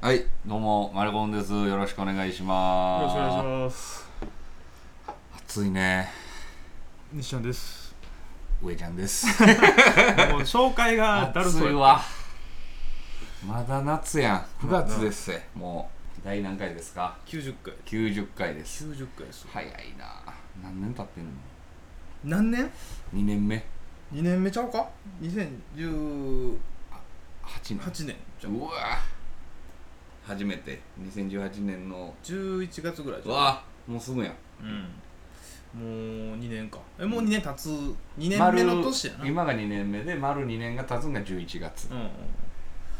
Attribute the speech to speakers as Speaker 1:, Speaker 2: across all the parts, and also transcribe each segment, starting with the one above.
Speaker 1: はい、どうも、マルボンです。よろしくお願いしま
Speaker 2: よ
Speaker 1: す。
Speaker 2: ろしくお願いします。
Speaker 1: 暑いね、
Speaker 2: 西ちゃんです。
Speaker 1: 上ちゃんです。
Speaker 2: もう紹介が だる
Speaker 1: 暑
Speaker 2: そ。
Speaker 1: いうわ。まだ夏やん。9月ですぜ。もう、第何回ですか
Speaker 2: 九十回。
Speaker 1: ?90 回です。
Speaker 2: 九十回です。
Speaker 1: 早いな。何年経ってんの
Speaker 2: 何年？
Speaker 1: ?2 年目
Speaker 2: 二年目ちゃうか？二千十
Speaker 1: ?8 年。
Speaker 2: 八年じゃん。
Speaker 1: うわ初めて、2018年の。
Speaker 2: 十一月ぐらいうじゃん。
Speaker 1: わもうすぐやん。
Speaker 2: うん。もう二年か。えもう二年経つ。二年目の年やな。
Speaker 1: 丸今が2年目で、丸2年が経つのが11月
Speaker 2: う。ん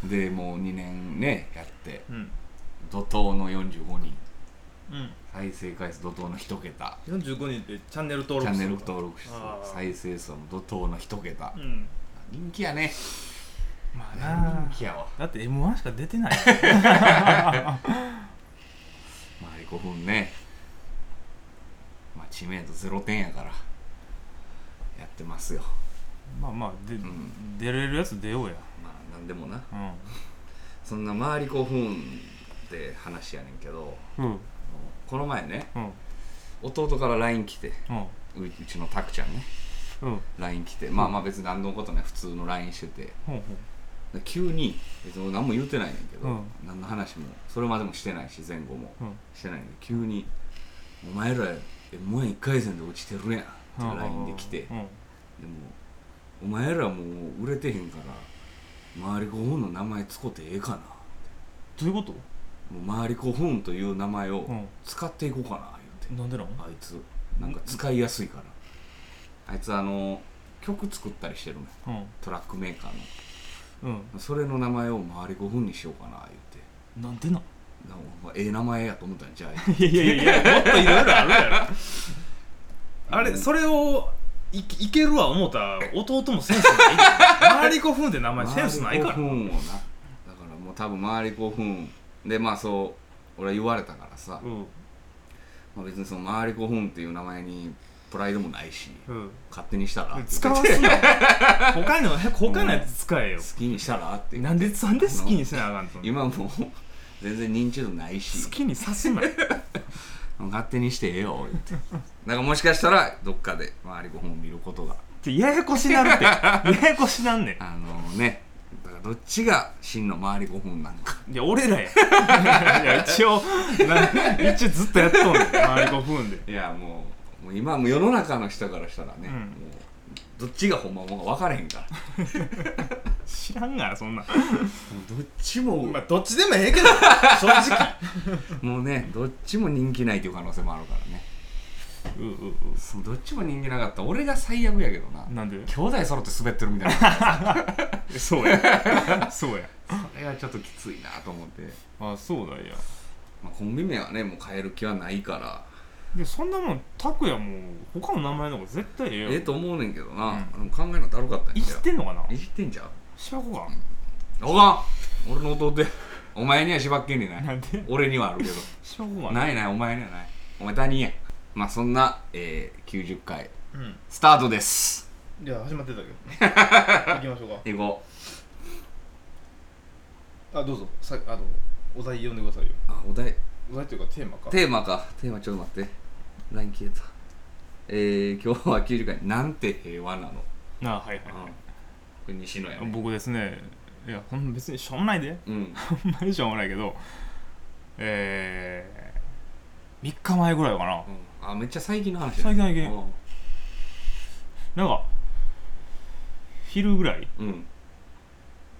Speaker 1: で、もう2年ね、やって、
Speaker 2: うん
Speaker 1: 怒涛の45人。
Speaker 2: うん。
Speaker 1: 再生回数怒涛の1桁
Speaker 2: 四十五人でチャンネル登
Speaker 1: チ
Speaker 2: 録
Speaker 1: ャン
Speaker 2: す
Speaker 1: ネ
Speaker 2: る
Speaker 1: ル
Speaker 2: の。
Speaker 1: 登録数
Speaker 2: あー
Speaker 1: 再生数も怒涛の1桁、
Speaker 2: うん。
Speaker 1: 人気やね
Speaker 2: まあな
Speaker 1: 人。気やわ
Speaker 2: だって M1 しか出てない。
Speaker 1: 周り5分ね、まあ、知名度0点やからやってますよ
Speaker 3: まあまあで、
Speaker 1: ん
Speaker 3: 出れるやつ出ようや
Speaker 1: まあなんでもな
Speaker 3: う
Speaker 1: そんな周り5分って話やねんけど
Speaker 3: んうん
Speaker 1: この前ね
Speaker 3: うん
Speaker 1: 弟から LINE 来て
Speaker 3: うん
Speaker 1: ううちのタクちゃんね
Speaker 3: うん
Speaker 1: LINE 来てまあまあ別に何のことない普通の LINE してて
Speaker 3: ほん
Speaker 1: で急に別に何も言うてないねんけど、
Speaker 3: うん
Speaker 1: 何の話もそれまでもしてないし前後も
Speaker 3: ほんうん
Speaker 1: してないんで急に「お前ら m 1 1回戦で落ちてるやん」って LINE で来てで
Speaker 3: うん
Speaker 1: も「お前らもう売れてへんから周り古墳の名前使ってええかな」
Speaker 3: どういうこと
Speaker 1: もう周り古墳という名前を
Speaker 3: うん
Speaker 1: 使っていこうかな言うて、
Speaker 3: なんでなん
Speaker 1: あいつなんか使いやすいから、あいつあの曲作ったりしてるのよ
Speaker 3: うん
Speaker 1: トラックメーカーの
Speaker 3: うん
Speaker 1: それの名前を周り5分にしようかな言って
Speaker 3: なんでなん
Speaker 1: なんかまあええ名前やと思ったん じゃあ
Speaker 3: いやいやいやいやもっといろいろあるや
Speaker 2: あれ、
Speaker 1: うん
Speaker 2: それをいいけるわ思った弟もセンスないマーリコフンって名前センスないか
Speaker 1: 周
Speaker 2: ら
Speaker 1: り5分をなだからもう多分周り5分でまあそう俺は言われたからさ、
Speaker 3: ろうん
Speaker 1: まあ、別にその周り5分っていう名前にプライドもないし
Speaker 3: うん
Speaker 1: 勝手にしたら
Speaker 3: 使わすな
Speaker 2: 他の他のやつ使えよ
Speaker 1: 好、きにしたらって
Speaker 2: なんでなんで好きにせなあかんと好
Speaker 1: 今もう全然認知度ないし
Speaker 2: きにさせない
Speaker 1: 勝手にしてええよ言ってなんかもしかしたらどっかで周り5分を見ることが
Speaker 3: ってややこしなるって ややこしなんねん
Speaker 1: あのねだからどっちが真の周り5分なのか
Speaker 3: いや俺らや いや一応な一応ずっとやっとんねん周り5分で
Speaker 1: いやもうもう今もう世の中の人からしたらね、
Speaker 3: うん
Speaker 1: もうどっちがほんまもんか分からへんから
Speaker 3: 知らんがなそんな ん
Speaker 1: どっちも、
Speaker 2: まあどっちでもええけど正直
Speaker 1: もうねどっちも人気ないという可能性もあるからね
Speaker 3: うんうん
Speaker 1: そのどっちも人気なかった俺が最悪やけどな
Speaker 3: うんなんで
Speaker 1: 兄弟揃って滑ってるみたいな
Speaker 3: そう やそうや
Speaker 1: それはちょっときついなと思って、
Speaker 3: あそうなんや
Speaker 1: まあ、コンビ名はねもう変える気はないから
Speaker 3: でそんなもん拓也もう他の名前の方が絶対ええよ
Speaker 1: ええと思うねんけどな、で
Speaker 3: う
Speaker 1: も考えるのだるかったん
Speaker 3: 生きてんのかな
Speaker 1: 生きてんじゃん
Speaker 3: しゃこが
Speaker 1: おかん俺の弟やお前には縛っけんねんな
Speaker 3: ないんで
Speaker 1: 俺にはあるけど
Speaker 3: しゃこが
Speaker 1: ないないお前にはないお前他人やまあそんな、えー、90回
Speaker 2: うん
Speaker 1: スタートです
Speaker 2: いや始まってたけど行きましょう
Speaker 1: 英語
Speaker 2: かあどうぞさあのお題読んでくださいよ
Speaker 1: あお題
Speaker 2: お題というかテーマか
Speaker 1: テーマかテーマちょっと待って LINE 消えたえー、今日は90回なんて平和なの、
Speaker 3: なあはいはい
Speaker 1: こ
Speaker 3: は
Speaker 1: れ西野や
Speaker 3: い
Speaker 1: ね
Speaker 3: 僕ですねいやほんま別にしょうもないで
Speaker 1: うん
Speaker 3: ほんまにしょうもないけどえー、3日前ぐらいかな
Speaker 1: あめっちゃ最近の話
Speaker 3: 最近最近
Speaker 1: の
Speaker 3: なんか昼ぐらい
Speaker 1: うん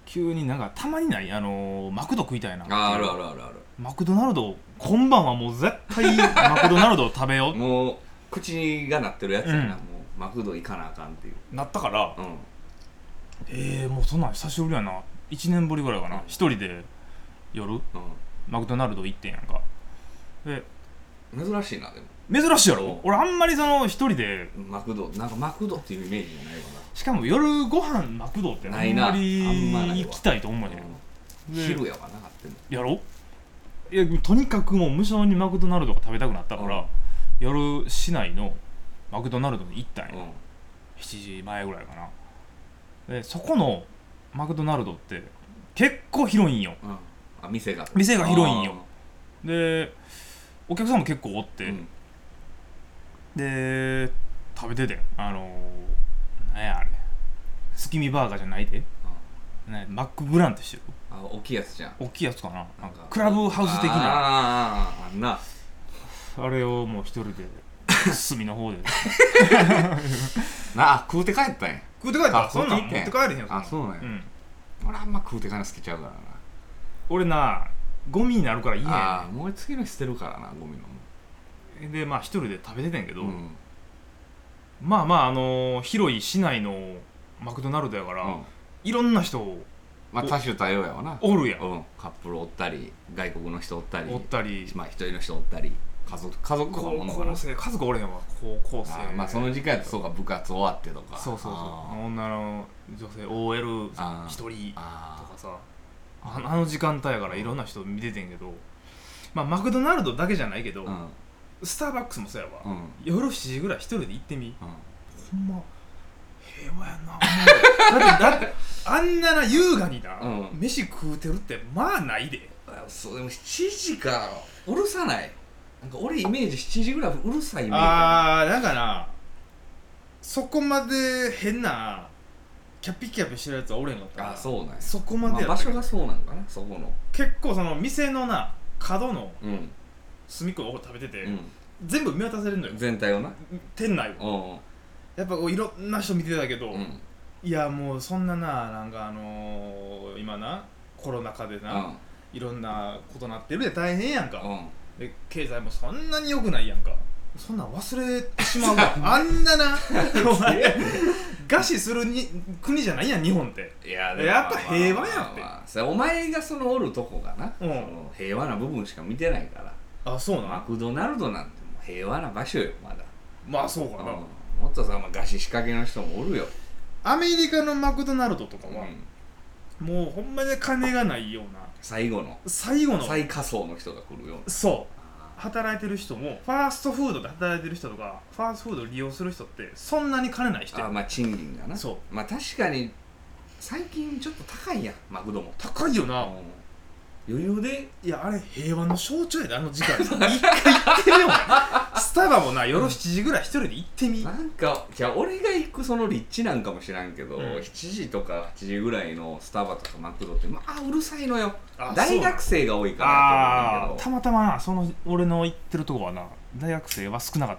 Speaker 3: 急になんかたまにないあのー、マクド食いたいな
Speaker 1: ああるあるあるあ
Speaker 3: マクドナルド今晩はもう絶対マクドナルドを食べよ
Speaker 1: るもう口が鳴ってるやつやな、
Speaker 3: うん
Speaker 1: もうマクド行かなあかんっていう
Speaker 3: うなったから
Speaker 1: うん
Speaker 3: えー、もうそんなん久しぶりやな1年ぶりぐらいか
Speaker 1: うん
Speaker 3: な一人で夜マクドナルド行ってんやんかで
Speaker 1: うん珍しいなでも
Speaker 3: 珍しいや
Speaker 1: うん
Speaker 3: ろ俺あんまりその一人で
Speaker 1: マクドなんかマクドっていうイメージじゃないわ
Speaker 3: しかも夜ご飯マクドってあん
Speaker 1: ないな
Speaker 3: まり
Speaker 1: あんまないわ
Speaker 3: 行きたいと思
Speaker 1: な
Speaker 3: う、へん
Speaker 1: うん、
Speaker 3: で
Speaker 1: 昼やわなかっても
Speaker 3: やろいやとにかくもう無性にマクドナルドが食べたくなったから、
Speaker 1: うん
Speaker 3: 夜市内のマクドナルドに行ったんや、
Speaker 1: うん
Speaker 3: 7時前ぐらいかなでそこのマクドナルドって結構広いんよ
Speaker 1: うんあ店が
Speaker 3: 店が広いんよでお客さんも結構おって、
Speaker 1: うん
Speaker 3: で食べててあのー、何やあれ月見バーガーじゃないで、ね、マックブランってしてる
Speaker 1: あ大きいやつじゃん
Speaker 3: 大きいやつかな
Speaker 1: な
Speaker 3: なんん
Speaker 1: か
Speaker 3: かクラブハウス的なあ
Speaker 1: あーあーあーあんな
Speaker 3: れをもう一人で隅の方で
Speaker 1: なあ食うて帰ったんや
Speaker 3: 食うて帰った
Speaker 1: あ
Speaker 3: そんなん持っ
Speaker 1: そ
Speaker 3: て
Speaker 1: う聞いてん
Speaker 3: 帰れへんよ
Speaker 1: あ
Speaker 3: う
Speaker 1: そうなんや、
Speaker 3: ん
Speaker 1: 俺あんま食うて帰るの好きちゃうからな
Speaker 3: 俺なゴミになるからいい
Speaker 1: ああ
Speaker 3: や
Speaker 1: 燃え尽きるの捨てるからなゴミのも
Speaker 3: んでまあ一人で食べててんけど、
Speaker 1: うん
Speaker 3: まあまああのー広い市内のマクドナルドやから、
Speaker 1: うん
Speaker 3: いろんな人
Speaker 1: まあ
Speaker 3: お
Speaker 1: 多種多様やわな
Speaker 3: おるやん
Speaker 1: うん、カップルおったり外国の人おったり
Speaker 3: おったり
Speaker 1: まあ一人の人おったり家族家族は
Speaker 3: 高
Speaker 1: ものかな
Speaker 3: 校生家族おれへんわ高校
Speaker 1: あ
Speaker 3: 生
Speaker 1: ーまあその時間やとそうか部活終わってとか
Speaker 3: そうそうそう
Speaker 1: あ
Speaker 3: 女の女性 OL
Speaker 1: あー
Speaker 3: 一人
Speaker 1: ー
Speaker 3: と
Speaker 1: あ
Speaker 3: かさああの時間帯やからいろんな人見ててんけどまあマクドナルドだけじゃないけど、
Speaker 1: ーうん
Speaker 3: スターバックスもそうやわ、
Speaker 1: うんうん
Speaker 3: 夜7時ぐらい一人で行ってみほんま平和やなだってだってあんなな優雅にな、
Speaker 1: うん
Speaker 3: 飯食うてるってまあないで
Speaker 1: あそうでも7時かうるさないなんか俺イメージ7時ぐらいうるさいイメージ
Speaker 3: あーだからそこまで変なキャピキャピしてるやつはおれんかった
Speaker 1: あーそうなんや
Speaker 3: そこま
Speaker 1: まあ
Speaker 3: でや
Speaker 1: 場
Speaker 3: ったけ
Speaker 1: 所
Speaker 3: ど、
Speaker 1: がそうなんかなそこの
Speaker 3: 結構その店のな角の
Speaker 1: うん、
Speaker 3: 隅っこを食べてて、
Speaker 1: う
Speaker 3: 全部見渡せるのよ
Speaker 1: ん、全体をな
Speaker 3: 店内を
Speaker 1: うん
Speaker 3: やっぱこういろんな人見てたけど、
Speaker 1: うん
Speaker 3: いやもうそんなななんかあのー、今なコロナ禍で
Speaker 1: う
Speaker 3: な、
Speaker 1: ん
Speaker 3: いろんなことなってるで大変やんか、
Speaker 1: うん
Speaker 3: で経済もそんなに良くないやんかそんなん忘れてしま うわあんななお前餓死するに国じゃないやん日本って
Speaker 1: いや
Speaker 3: やっぱ平和やって
Speaker 1: てお前がそのおるとこがな、
Speaker 3: う
Speaker 1: そ
Speaker 3: ん
Speaker 1: の平和な部分しか見てないから
Speaker 3: あそう
Speaker 1: マクドナルドなんてもう平和な場所よまだ、
Speaker 3: まあそう
Speaker 1: う
Speaker 3: か
Speaker 1: ん
Speaker 3: な、
Speaker 1: もっとさ、まあ、餓死仕掛けの人もおるよ、
Speaker 3: アメリカのマクドナルドとか
Speaker 1: う
Speaker 3: は、
Speaker 1: ん
Speaker 3: もうほんまに金がないような
Speaker 1: 最後の
Speaker 3: 最後の
Speaker 1: 最下層の人が来るよ
Speaker 3: そう
Speaker 1: うな
Speaker 3: 働いてる人もファーストフードで働いてる人とかファーストフードを利用する人ってそんなに金ない人
Speaker 1: あ
Speaker 3: や
Speaker 1: まあ賃金がな
Speaker 3: そう
Speaker 1: まあ確かに最近ちょっと高いやんマクドも
Speaker 3: 高いよな
Speaker 1: 余裕で
Speaker 3: いやあれ平和の象徴やであの時間 一回行ってみようスタバもな夜7時ぐらい一人で行ってみ
Speaker 1: なんかじゃあ俺が行くその立地なんかも知らんけど、
Speaker 3: うん
Speaker 1: 7時とか8時ぐらいのスタバとかマクドってまあうるさいのよ
Speaker 3: あ
Speaker 1: 大学生が多いからと
Speaker 3: あ
Speaker 1: 思うん
Speaker 3: ー
Speaker 1: だけど
Speaker 3: たまたまなその俺の行ってるとこはな大学生は少なかっ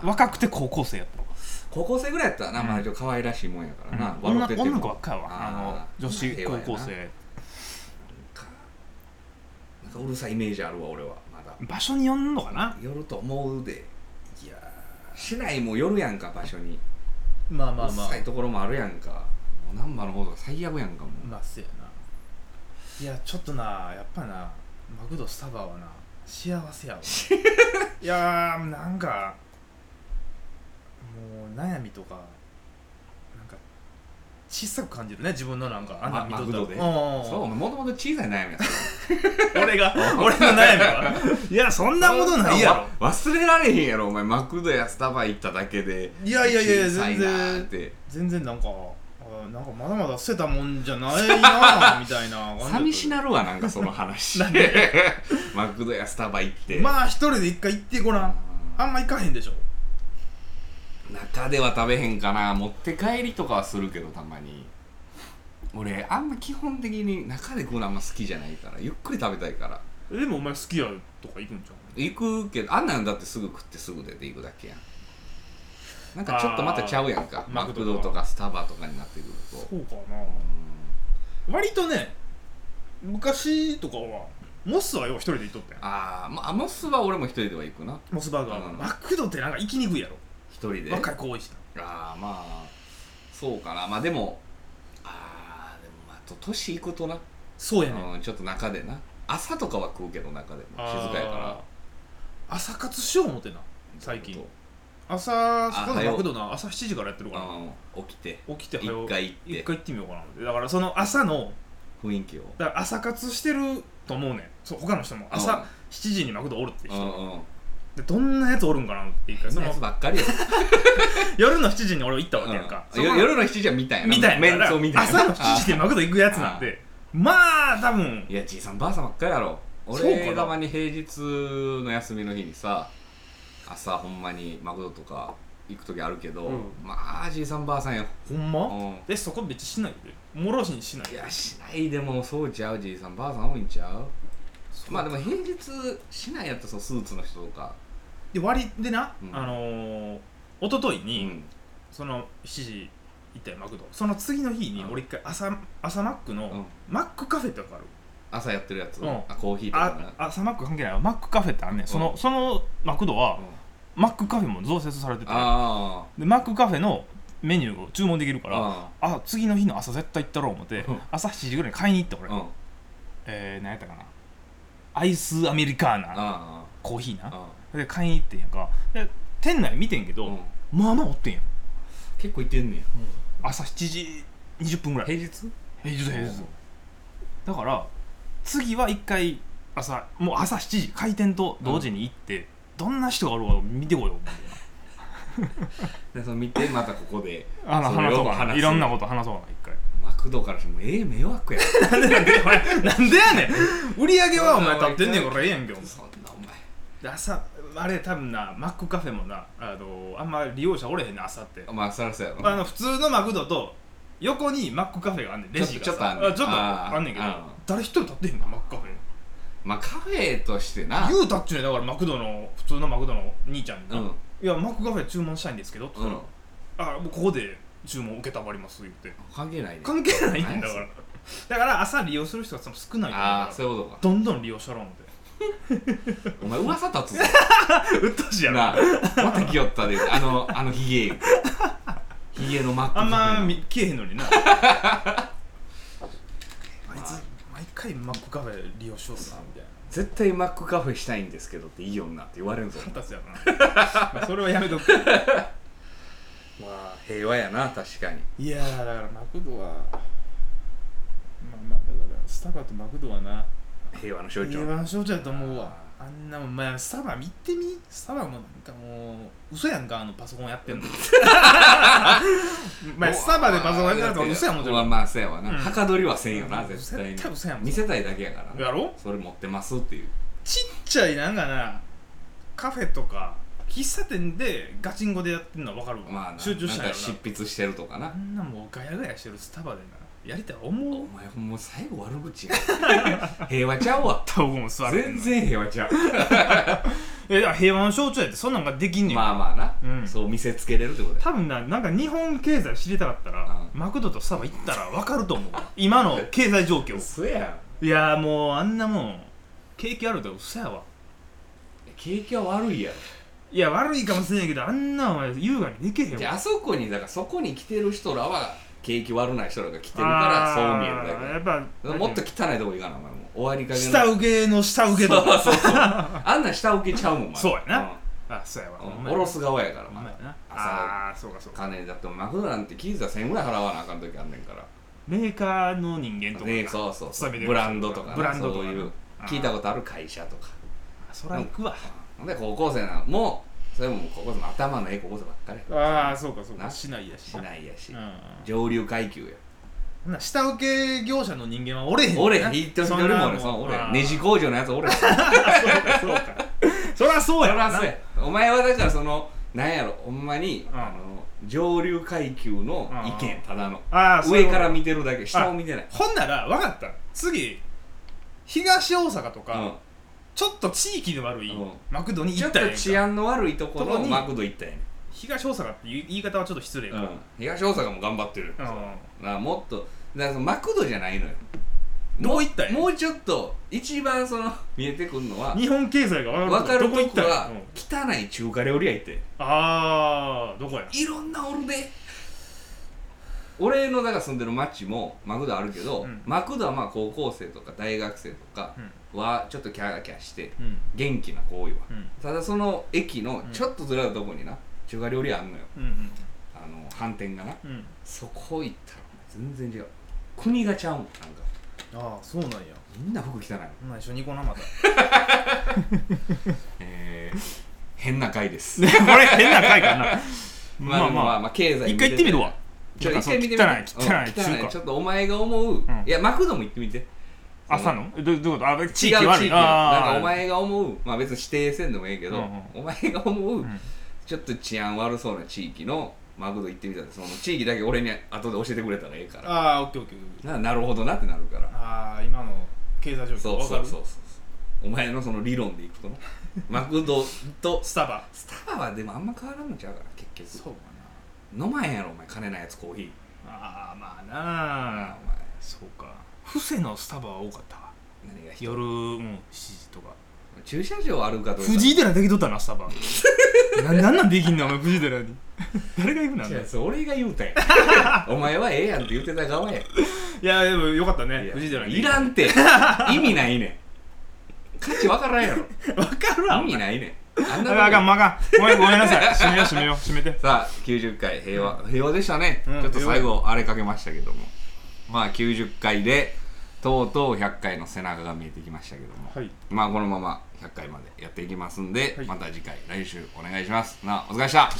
Speaker 3: た若くて高校生やったのか
Speaker 1: 高校生ぐらいやったらな、
Speaker 3: うん
Speaker 1: まあちょっと可愛らしいもんやからな、
Speaker 3: うん
Speaker 1: 笑
Speaker 3: 女
Speaker 1: ってて
Speaker 3: 女の子ば
Speaker 1: な
Speaker 3: っかやわあの
Speaker 1: あー
Speaker 3: 女子
Speaker 1: 平和
Speaker 3: 高
Speaker 1: やな
Speaker 3: 校生
Speaker 1: んかなんかうるさいイメージあるわ俺はまだ
Speaker 3: 場所によんのかな
Speaker 1: 夜と思うでいやー市内も夜やんか場所に
Speaker 3: まあ
Speaker 1: うるさいところもあるやんかもう難波の方とか最悪やんかもう
Speaker 3: まあそうやないやちょっとなやっぱなマクドスタバはな幸せや わいやーなんかもう悩みとかなんか小さく感じるね自分のなんかあんな
Speaker 1: ま
Speaker 3: 見とった
Speaker 1: マクドで
Speaker 3: うんうんうん
Speaker 1: そうもともと小さい悩みやった
Speaker 3: 俺 が俺の悩みはいやそんなことないやろ
Speaker 1: ろ忘れられへんやろお前マクドやスタバ行っただけで
Speaker 3: いやいやいや
Speaker 1: 小さなーって
Speaker 3: 全然なんかあなんかまだまだ捨てたもんじゃないなみたいな
Speaker 1: 寂しなるわなんかその話 マクドやスタバ行って、
Speaker 3: まあ一人で一回行ってごらんあんま行かへんでしょ
Speaker 1: 中では食べへんかな持って帰りとかはするけどたまに俺あんま基本的に中で食うのあんま好きじゃないからゆっくり食べたいから
Speaker 3: でもお前好きやとか行くんじゃん
Speaker 1: 行くけどあんなんだってすぐ食ってすぐ出て行くだけやんなんかちょっとまたちゃうやんか
Speaker 3: あー
Speaker 1: マ
Speaker 3: マ
Speaker 1: ク
Speaker 3: クド
Speaker 1: ドとかスタバとかになってくると
Speaker 3: そうかな割とね昔とかはモスはよう一人で行っとったやん
Speaker 1: あーまあモスは俺も一人では行くな
Speaker 3: モスバーガーは
Speaker 1: うん
Speaker 3: マクドってなんか行きにくいやろ
Speaker 1: 一人で
Speaker 3: 若い子多いし
Speaker 1: ああまあそうかなまあでもああでもまあと年行くとな、
Speaker 3: そうやねん
Speaker 1: うん、ちょっと中でな朝とかは食うけど中でも静かやから
Speaker 3: ら朝活しよう思ってな最近朝そこのマクドな朝7時からやってるか
Speaker 1: うん、起きて
Speaker 3: ら起きて早
Speaker 1: 一
Speaker 3: う
Speaker 1: 回行
Speaker 3: 一
Speaker 1: って
Speaker 3: 回行ってみようかなだからその朝の
Speaker 1: 雰囲気を
Speaker 3: だから朝活してると思うねんそう他の人も朝7時にマクドおるって
Speaker 1: う
Speaker 3: 人
Speaker 1: んうん
Speaker 3: でどんなやつおるんかなって一回
Speaker 1: そ
Speaker 3: そ
Speaker 1: んなや
Speaker 3: の
Speaker 1: つばっかりや
Speaker 3: 夜の7時に俺行ったわ
Speaker 1: う
Speaker 3: けやんか、
Speaker 1: んよ夜の7時は見たんやな
Speaker 3: みたいな
Speaker 1: メンツを見たんや
Speaker 3: 朝の7時でマクド行くやつなんてまあ多分
Speaker 1: いやじいさんばあさんばっかりやろ
Speaker 3: そう
Speaker 1: 俺
Speaker 3: かな
Speaker 1: たまに平日の休みの日にさ朝ほんまにマクドとか行く時あるけど、
Speaker 2: うん
Speaker 1: まあじいさんばあさんよ、
Speaker 3: ほん
Speaker 1: う
Speaker 3: ま
Speaker 1: ん、
Speaker 3: でそこめっちゃしないでもろしにしない
Speaker 1: いやしないでもそうちゃうじいさんばあさん多いんちゃう
Speaker 3: そう
Speaker 1: まあでも平日しないやったらそうスーツの人とか
Speaker 3: で割でな、
Speaker 1: うん
Speaker 3: あのー、一昨日
Speaker 1: う
Speaker 3: に、
Speaker 1: ん
Speaker 3: その7時行ったよマクドその次の日に
Speaker 1: うん
Speaker 3: 俺一回朝朝マックの、
Speaker 1: うん
Speaker 3: マックカフェってわかる
Speaker 1: 朝やってるやつ、
Speaker 3: うん
Speaker 1: あコーヒーとか
Speaker 3: あ朝マック関係ないわマックカフェってあんねんその,、
Speaker 1: うん
Speaker 3: そのマクド
Speaker 1: な、
Speaker 3: は
Speaker 1: う、ん
Speaker 3: マックカフェも増設されてて
Speaker 1: あ
Speaker 3: でマックカフェのメニューを注文できるから、
Speaker 1: あ
Speaker 3: あ次の日の朝絶対行ったろう思って、
Speaker 1: うん
Speaker 3: 朝7時ぐらいに買いに行って
Speaker 1: う
Speaker 3: 俺、
Speaker 1: んうん
Speaker 3: えー、何やったかなアイスアメリカーナ、
Speaker 1: あ
Speaker 3: コーヒー
Speaker 1: あ
Speaker 3: な、
Speaker 1: あ
Speaker 3: で買いに行ってんやんかで店内見てんけど、
Speaker 1: うん
Speaker 3: まあまあおってんやん
Speaker 1: 結構行ってんねや
Speaker 3: 朝7時20分ぐらい
Speaker 1: 平日
Speaker 3: 平日平
Speaker 1: う
Speaker 3: 日
Speaker 1: ん
Speaker 3: だから次は一回朝もう朝7時開店と同時に行って、どんな人がおるか見てこよう
Speaker 1: でその見てまたここで
Speaker 3: あの
Speaker 1: それ
Speaker 3: 話そ
Speaker 1: を
Speaker 3: うかな
Speaker 1: 話す
Speaker 3: いろんなこと話そうかな一回
Speaker 1: マクドからしてもええ迷惑や
Speaker 3: なんでやねん売り上げはお前
Speaker 1: そんな
Speaker 3: 立ってんねんからええやんけお前
Speaker 1: そんなお前
Speaker 3: で朝あれ多分なマックカフェもなあのあんま利用者おれへんねん朝って、
Speaker 1: まあそりゃそうやろ、
Speaker 3: まあ、あの普通のマクドと横にマックカフェがあんねんレジがさ
Speaker 1: ちょっとちょっとあんねん
Speaker 3: ちょっと
Speaker 1: あー
Speaker 3: あんねんけど
Speaker 1: あ
Speaker 3: 誰一人立ってへんなマックカフェ
Speaker 1: まあカフェとしてな
Speaker 3: 言うたっちゅうねんだからマクドの普通のマクドの兄ちゃんにな、
Speaker 1: うん
Speaker 3: いやマックカフェ注文したいんですけど」って
Speaker 1: う
Speaker 3: 言っ
Speaker 1: ん
Speaker 3: たらあもうここで注文受けたまります」言って
Speaker 1: 関係ないね
Speaker 3: 関係ないんだ
Speaker 1: 何
Speaker 3: からだから朝利用する人がその少ない
Speaker 1: ああ
Speaker 3: から
Speaker 1: そういうことか
Speaker 3: どんどん利用しゃろうんで
Speaker 1: お前噂立つぞ
Speaker 3: うっとうしいやろ
Speaker 1: なあまた来よったであのあのヒゲヒゲのマック
Speaker 3: あんま
Speaker 1: み
Speaker 3: 見消えへんの になあいつ毎回マックカフェ利用しようさみたいな
Speaker 1: 絶対マックカフェしたいんですけどっていいよなって言われるぞ
Speaker 3: 腹立つやろな まあそれはやめとく
Speaker 1: まあ平和やな確かに
Speaker 3: いやーだからマクドはまあまあだからスタバとマクドはな
Speaker 1: 平和の象
Speaker 3: 平
Speaker 1: 徴
Speaker 3: 和の象徴やと思うわあんなもんまあスタバ見てみスタバもなんかもう嘘やんかあのパソコンやって んのまあスタバでパソコンやってるとか嘘やもんじゃ
Speaker 1: まあ
Speaker 3: ん
Speaker 1: まあそうやわな、
Speaker 3: うん
Speaker 1: はかどりはせんよな絶対に
Speaker 3: 絶対嘘やもん
Speaker 1: 見せたいだけやからな
Speaker 3: やろ
Speaker 1: それ持ってますっていう
Speaker 3: ちっちゃいなんかなカフェとか喫茶店でガチンコでやってんのは分かるわ、
Speaker 1: まあな
Speaker 3: 集中したん
Speaker 1: な
Speaker 3: や
Speaker 1: ん
Speaker 3: ろ
Speaker 1: か執筆してるとか
Speaker 3: なあ
Speaker 1: なん
Speaker 3: なもうガヤガヤしてるスタバでなやりたい
Speaker 1: お
Speaker 3: 思う
Speaker 1: 前ほんま最後悪口や 平和ちゃうわ
Speaker 3: タバコも座る
Speaker 1: 全然平和ちゃう
Speaker 3: いや平和の象徴やってそんなんができんねん、
Speaker 1: まあまあな、
Speaker 3: うん
Speaker 1: そう見せつけれるってことや
Speaker 3: 多分ななんか日本経済知りたかったら、
Speaker 1: う
Speaker 3: マクドとスタバ行ったら分かると思うわ今の経済状 況
Speaker 1: 嘘やん
Speaker 3: いやーもうあんなもん景気悪いと嘘やわ
Speaker 1: 景気は悪いやろ
Speaker 3: いや悪いかもしれないけどあんなお前優雅にできへん
Speaker 1: じ
Speaker 3: わ
Speaker 1: ゃああそこにだからそこに来てる人らは景気悪ない人らが来てるからそう見えるだけ
Speaker 3: あーやっぱ
Speaker 1: もっと汚いとこ行かなお前もう終わりかけの
Speaker 3: 下請けの下請けと か
Speaker 1: そうそうそうあんなん下請けちゃうもんお前
Speaker 3: そうやなあそうやわ
Speaker 1: うん
Speaker 3: ほん
Speaker 1: うん
Speaker 3: ま
Speaker 1: お
Speaker 3: や
Speaker 1: ろす側やからお
Speaker 3: ほんま
Speaker 1: 前
Speaker 3: やな
Speaker 1: 朝
Speaker 3: ああーそうかそうか
Speaker 1: 金だってマクドなんてキーズは1000円ぐらい払わなあかん時あんねんから
Speaker 3: メーカーの人間とかな
Speaker 1: ねそうそうそう
Speaker 3: 勤めてる
Speaker 1: ブランドとかな
Speaker 3: ブランドと
Speaker 1: そ
Speaker 3: か
Speaker 1: う
Speaker 3: な
Speaker 1: いう
Speaker 3: あー
Speaker 1: 聞いたことある会社とか
Speaker 3: あそら行くわ
Speaker 1: で高校生なのもうそれももう高校生の頭のええ高校生ばっかりや
Speaker 3: ああそうかそう
Speaker 1: な
Speaker 3: か市内やし
Speaker 1: しないやし
Speaker 3: うん
Speaker 1: 上流階級や
Speaker 3: ほな下請け業者の人間はおれへんねんな
Speaker 1: 俺一人も俺そ
Speaker 3: んな
Speaker 1: の
Speaker 3: ん
Speaker 1: 俺
Speaker 3: あー
Speaker 1: ネジ工場のやつ俺
Speaker 3: そうかそうかそらそうや
Speaker 1: そ
Speaker 3: わ
Speaker 1: ら
Speaker 3: な
Speaker 1: そうやお前はだからそのなんやろほんまに、
Speaker 3: うん
Speaker 1: あの上流階級の意見、
Speaker 3: うん
Speaker 1: ただの
Speaker 3: ああそうい
Speaker 1: 上
Speaker 3: うこと
Speaker 1: から見てるだけ下を見てない
Speaker 3: ほんなら分かった次東大阪とか、ちょっと地域の悪い
Speaker 1: うん
Speaker 3: マクド
Speaker 1: うん
Speaker 3: に
Speaker 1: ちょ
Speaker 3: 行
Speaker 1: っ
Speaker 3: ったら
Speaker 1: と
Speaker 3: ええ
Speaker 1: 治
Speaker 3: やんか
Speaker 1: 安の悪いところ
Speaker 3: とこ
Speaker 1: の
Speaker 3: に
Speaker 1: マクド行ったやね
Speaker 3: 東大阪っていう言い方はちょっと失礼か、
Speaker 1: ん、うん、東大阪も頑張ってるよ、
Speaker 3: うん
Speaker 1: なもっとだからそのマクドじゃないのよ
Speaker 3: どういったんや
Speaker 1: もうちょっと一番その見えてくるのは
Speaker 3: 日本経済が分
Speaker 1: 分
Speaker 3: かる
Speaker 1: かる
Speaker 3: どこ行
Speaker 1: と
Speaker 3: っ
Speaker 1: こ
Speaker 3: たんや
Speaker 1: は
Speaker 3: うん
Speaker 1: 汚い中華料理屋行って
Speaker 3: あーどこや
Speaker 1: いろんなおるで俺のだから住んでる町もマクドあるけど、
Speaker 3: うん
Speaker 1: マクドはまあ高校生とか大学生とかはちょっとキャーキャーして
Speaker 3: うん
Speaker 1: 元気な子多いわ
Speaker 3: うん
Speaker 1: ただその駅のちょっとずれたとこにな中華料理屋あんのよ
Speaker 3: うん
Speaker 1: あの反転がな
Speaker 3: うんうん
Speaker 1: そこ行ったら全然違う国がちゃうもんなんか
Speaker 3: ああそうなんや
Speaker 1: みんな服汚いの
Speaker 3: ほな一緒に行こうなまた
Speaker 1: えー、変な回です
Speaker 3: これ変な回かな
Speaker 1: まあまあまあ、まあ、経済
Speaker 3: 一回行ってみるわ
Speaker 1: ちょっと
Speaker 3: なん
Speaker 1: 一
Speaker 3: か
Speaker 1: 回見てみて
Speaker 3: そう汚い汚い
Speaker 1: うん
Speaker 3: 中華
Speaker 1: ちょっとお前が思う、
Speaker 3: ん
Speaker 1: いやマクドも行ってみて
Speaker 3: 朝のえどどういうことあ地
Speaker 1: 違う地
Speaker 3: 域
Speaker 1: 域
Speaker 3: 悪い
Speaker 1: なんかお
Speaker 3: あー
Speaker 1: 前が思うまあ別に指定せんでもええけど、
Speaker 3: うんう
Speaker 1: お前が思う、
Speaker 3: ん
Speaker 1: ちょっと治安悪そうな地域のマクド行ってみたらその地域だけ俺に後で教えてくれたらええから
Speaker 2: ああオッケーオッケーオッケ
Speaker 1: ななるほどなってなるから
Speaker 2: ーああ今の経済状況
Speaker 1: そう
Speaker 2: わ
Speaker 1: そ
Speaker 2: か
Speaker 1: う
Speaker 2: る
Speaker 1: そうそうお前のその理論でいくと なマクドと
Speaker 2: スタバ
Speaker 1: スターはでもあんま変わらんのちゃうから結局
Speaker 2: うか
Speaker 1: 飲まへんやろお前金ないやつコーヒー
Speaker 2: なああまあ
Speaker 1: お
Speaker 2: なあ
Speaker 1: 前
Speaker 3: そうか布施のスタバは多かったわ
Speaker 1: 何が人
Speaker 3: 夜、うん、7時とか
Speaker 1: 駐車場あるかどうか
Speaker 3: 藤井寺できとったなス タバななんなんできんのお前藤井寺に 誰が行くなあん
Speaker 1: い
Speaker 3: な
Speaker 1: やそれ俺が言う たやんお前はええやんって言ってた側や
Speaker 2: いやでもよかったね
Speaker 1: い
Speaker 2: 藤
Speaker 1: や
Speaker 2: 寺
Speaker 1: いらんて意味ないねん価 値わからんやろ
Speaker 2: わかるわ
Speaker 1: 意味ないねんあんな
Speaker 3: ああかん
Speaker 1: とこ
Speaker 3: まかんごめんごめんなさい閉めよう閉めよう閉めて
Speaker 1: さあ90回平和平和でしたね、
Speaker 2: うん
Speaker 1: ちょっと最後あれかけましたけどもまあ90回でとうとう100回の背中が見えてきましたけども、
Speaker 2: はい
Speaker 1: まあこのまま100回までやっていきますんで、
Speaker 2: はい
Speaker 1: また次回来週お願いしますなあお疲れっした